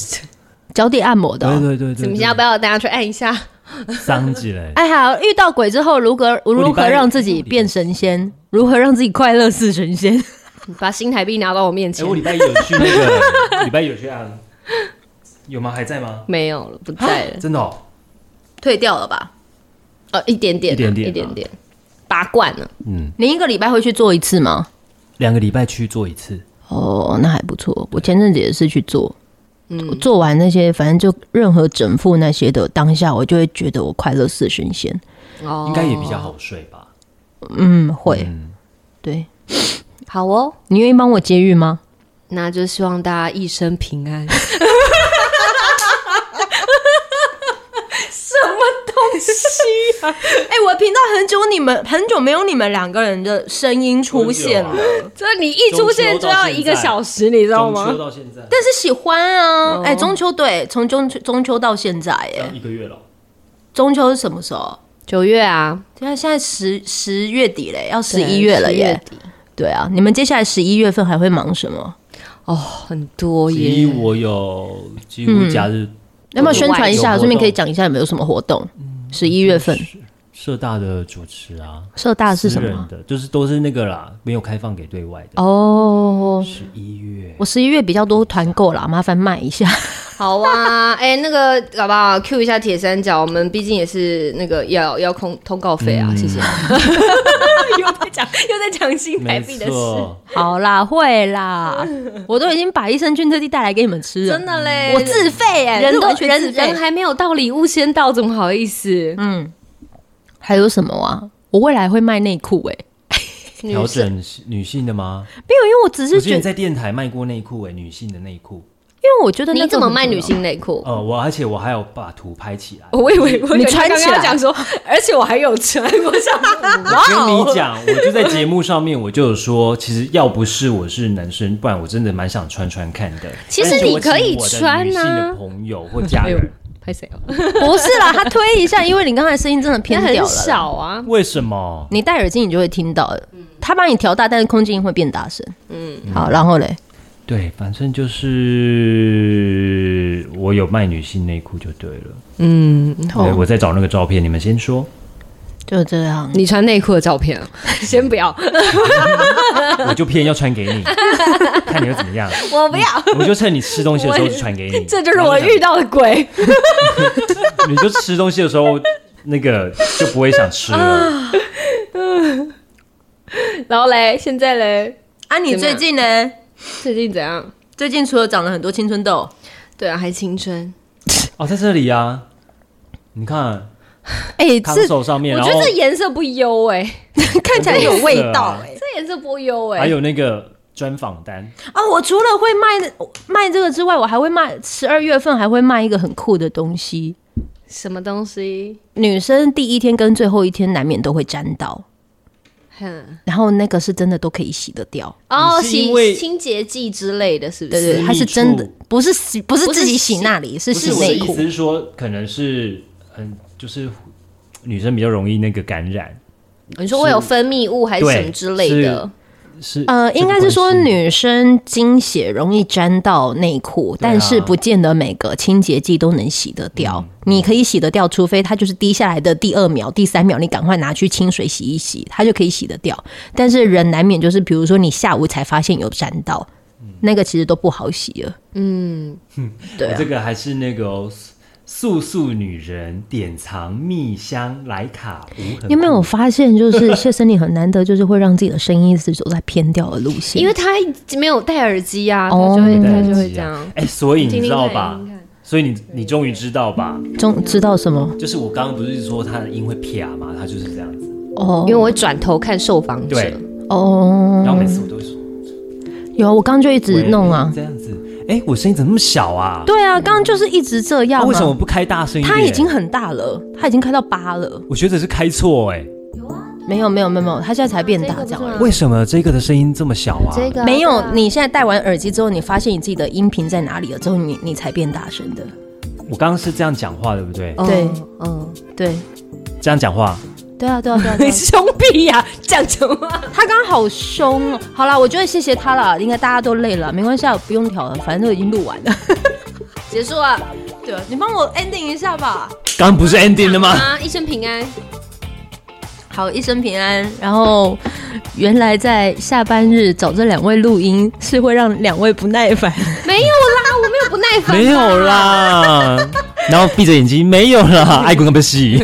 脚底按摩的对哦。对对对，你们要不要要大家去按一下？ 脏起来？哎，好，遇到鬼之后，如何如何让自己变神仙？如何让自己快乐似神仙？ 你把新台币拿到我面哎，前我，礼拜一有去那个，礼拜一有去按，有吗？还在吗？ 没有了，不在了，真的哦，退掉了吧？哦，一点点啊，一点点啊一点点，拔罐了。嗯，你一个礼拜会去做一次吗？两个礼拜去做一次。哦，那还不错。我前阵子也是去做，嗯，做完那些，反正就任何整复那些的，当下我就会觉得我快乐似神仙。哦，应该也比较好睡吧？嗯，会，嗯对。好哦。你愿意帮我节育吗？那就希望大家一生平安。哎、我频道很久你们很久没有你们两个人的声音出现啊了， 这你一出现就要一个小时，你知道中秋吗？到现在，但是喜欢哦啊！哎、中秋对，从中秋中秋到现在，哎，一个月哦了。中秋是什么时候？九月啊，现在现在十十月底嘞，要十一月了10耶月。底对啊，你们接下来十一月份还会忙什么？哦，很多十一耶。嗯我有几乎假日要不要宣传一有下？活动嗯顺便可以讲一下你们有什么活动？十一月份，社大的主持啊，社大是什私人么？的，就是都是那个啦，没有开放给对外的。哦，十一月我十一月比较多团购啦，麻烦卖一下。好 啊，哎、那个好不好？Q 一下铁三角，我们毕竟也是那个要要空通告费啊，谢谢。 又在讲又在讲新台没币的事，错， 好啦，会啦，我都已经把益生菌特地带来给你们吃了，真的嘞，我自费哎、人这都完全自人人费。还没有到礼物先到，怎么好意思？嗯，还有什么啊？我未来会卖内裤哎，女调生整女性的吗？没有，因为我只我是之觉前得，在电台卖过内裤诶，欸女性的内裤。因为我觉得那你个怎么卖很女性内裤？呃，我而且我还有把图拍起来。哦我以为我以为你穿起来刚刚讲说，而且我还有穿，我想说哇跟哦你讲，我就在节目上面我就有说，其实要不是我是男生，不然我真的蛮想穿穿看的。其实但是你我请可以我的穿女性啊的朋友或家哎呦人，拍谁哦？ 不是啦，他推一下，因为你刚才声音真的偏那掉了很啦。少嗯啊，为什么？你戴耳机你就会听到了，他帮你调大，但是空气音会变大声。嗯，好，然后嘞，对，反正就是我有卖女性内裤就对了。嗯，哦对，我在找那个照片，你们先说。就这样。你穿内裤的照片啊， 先不要，我就偏要传给你，看你会怎么样。嗯我不要，我就趁你吃东西的时候就传给你，这就是我遇到的鬼。你就吃东西的时候，那个就不会想吃了。然后嘞，现在嘞，啊，你最近呢？最近怎样？最近除了长了很多青春痘，对啊，还青春。哦，在这里呀、啊，你看哎，康这手上面，我然觉后得这颜色不优哎、 看起来有味道哎。这颜色不优哎、还有那个专访单，啊，我除了会卖卖这个之外，我还会卖十二月份还会卖一个很酷的东西。什么东西？女生第一天跟最后一天难免都会沾到，哼，然后那个是真的都可以洗得掉。哦，你是因洗为清洁剂之类的，是不对是？对，对它是真的，不是洗，不是不是自己洗洗那里，是不是洗我的内意裤思。是说，可能是嗯，就是女生比较容易那个感染，你说会有分泌物还是什么之类的？是呃，这个应该是说关系女生经血容易沾到内裤，啊嗯但是不见得每个清洁剂都能洗得掉。你可以洗得掉，除非它就是滴下来的第二秒、第三秒，你赶快拿去清水洗一洗，它就可以洗得掉。但是人难免就是，比如说你下午才发现有沾到，嗯那个其实都不好洗了。嗯，对我啊这。个还是那个哦素素女人典藏蜜香莱卡无痕。你有没有？发现，就是谢森，你很难得，就是会让自己的声音一直走在偏掉的路线，因为他没有戴耳机啊，他哦就会、对他就会这样。哎、所以你听知听道看吧听？听看所以你你终于知道吧？中知道什么就是我刚刚不是说他的音会啪嘛，他就是这样子。哦因为我会转头看受访者，对哦，然后每次我都会说，有我刚刚就一直喂弄啊，这样子。哎、我声音怎么那么小啊？对啊，刚刚就是一直这样、啊啊。为什么？不开大声一点？他已经，很大了，他已经开到八了。我觉得是开错哎、嗯没有没有没有没有，他现在才变大这样而已。为什么这个的声音这么小啊？这个啊没有，你现在戴完耳机之后，你发现你自己的音频在哪里了之后，你你才变大声的。我刚刚是这样讲话，对不对？对，嗯嗯，对这样讲话，哦对啊对啊对啊！ 对啊凶屁呀、讲什么？他刚刚好凶哦。好啦，我觉得谢谢他了，应该大家都累了，没关系啊，不用调了，反正都已经录完了。结束啊！ 对啊，你帮我 ending 一下吧。刚刚不是 ending 了吗？啊，一生平安。好，一生平安。然后，原来在下班日找这两位录音是会让两位不耐 烦。没有啦，我没有不耐烦。 啊没有啦，然后闭着眼睛，没有 啦，爱滚个屁戏。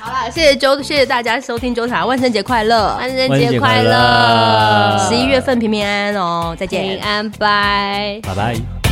好啦，谢谢周，谢谢大家收听周茶，万圣节快乐，万圣万圣节节快快乐乐！十一月份平平安安哦，再见平。安，拜。拜拜。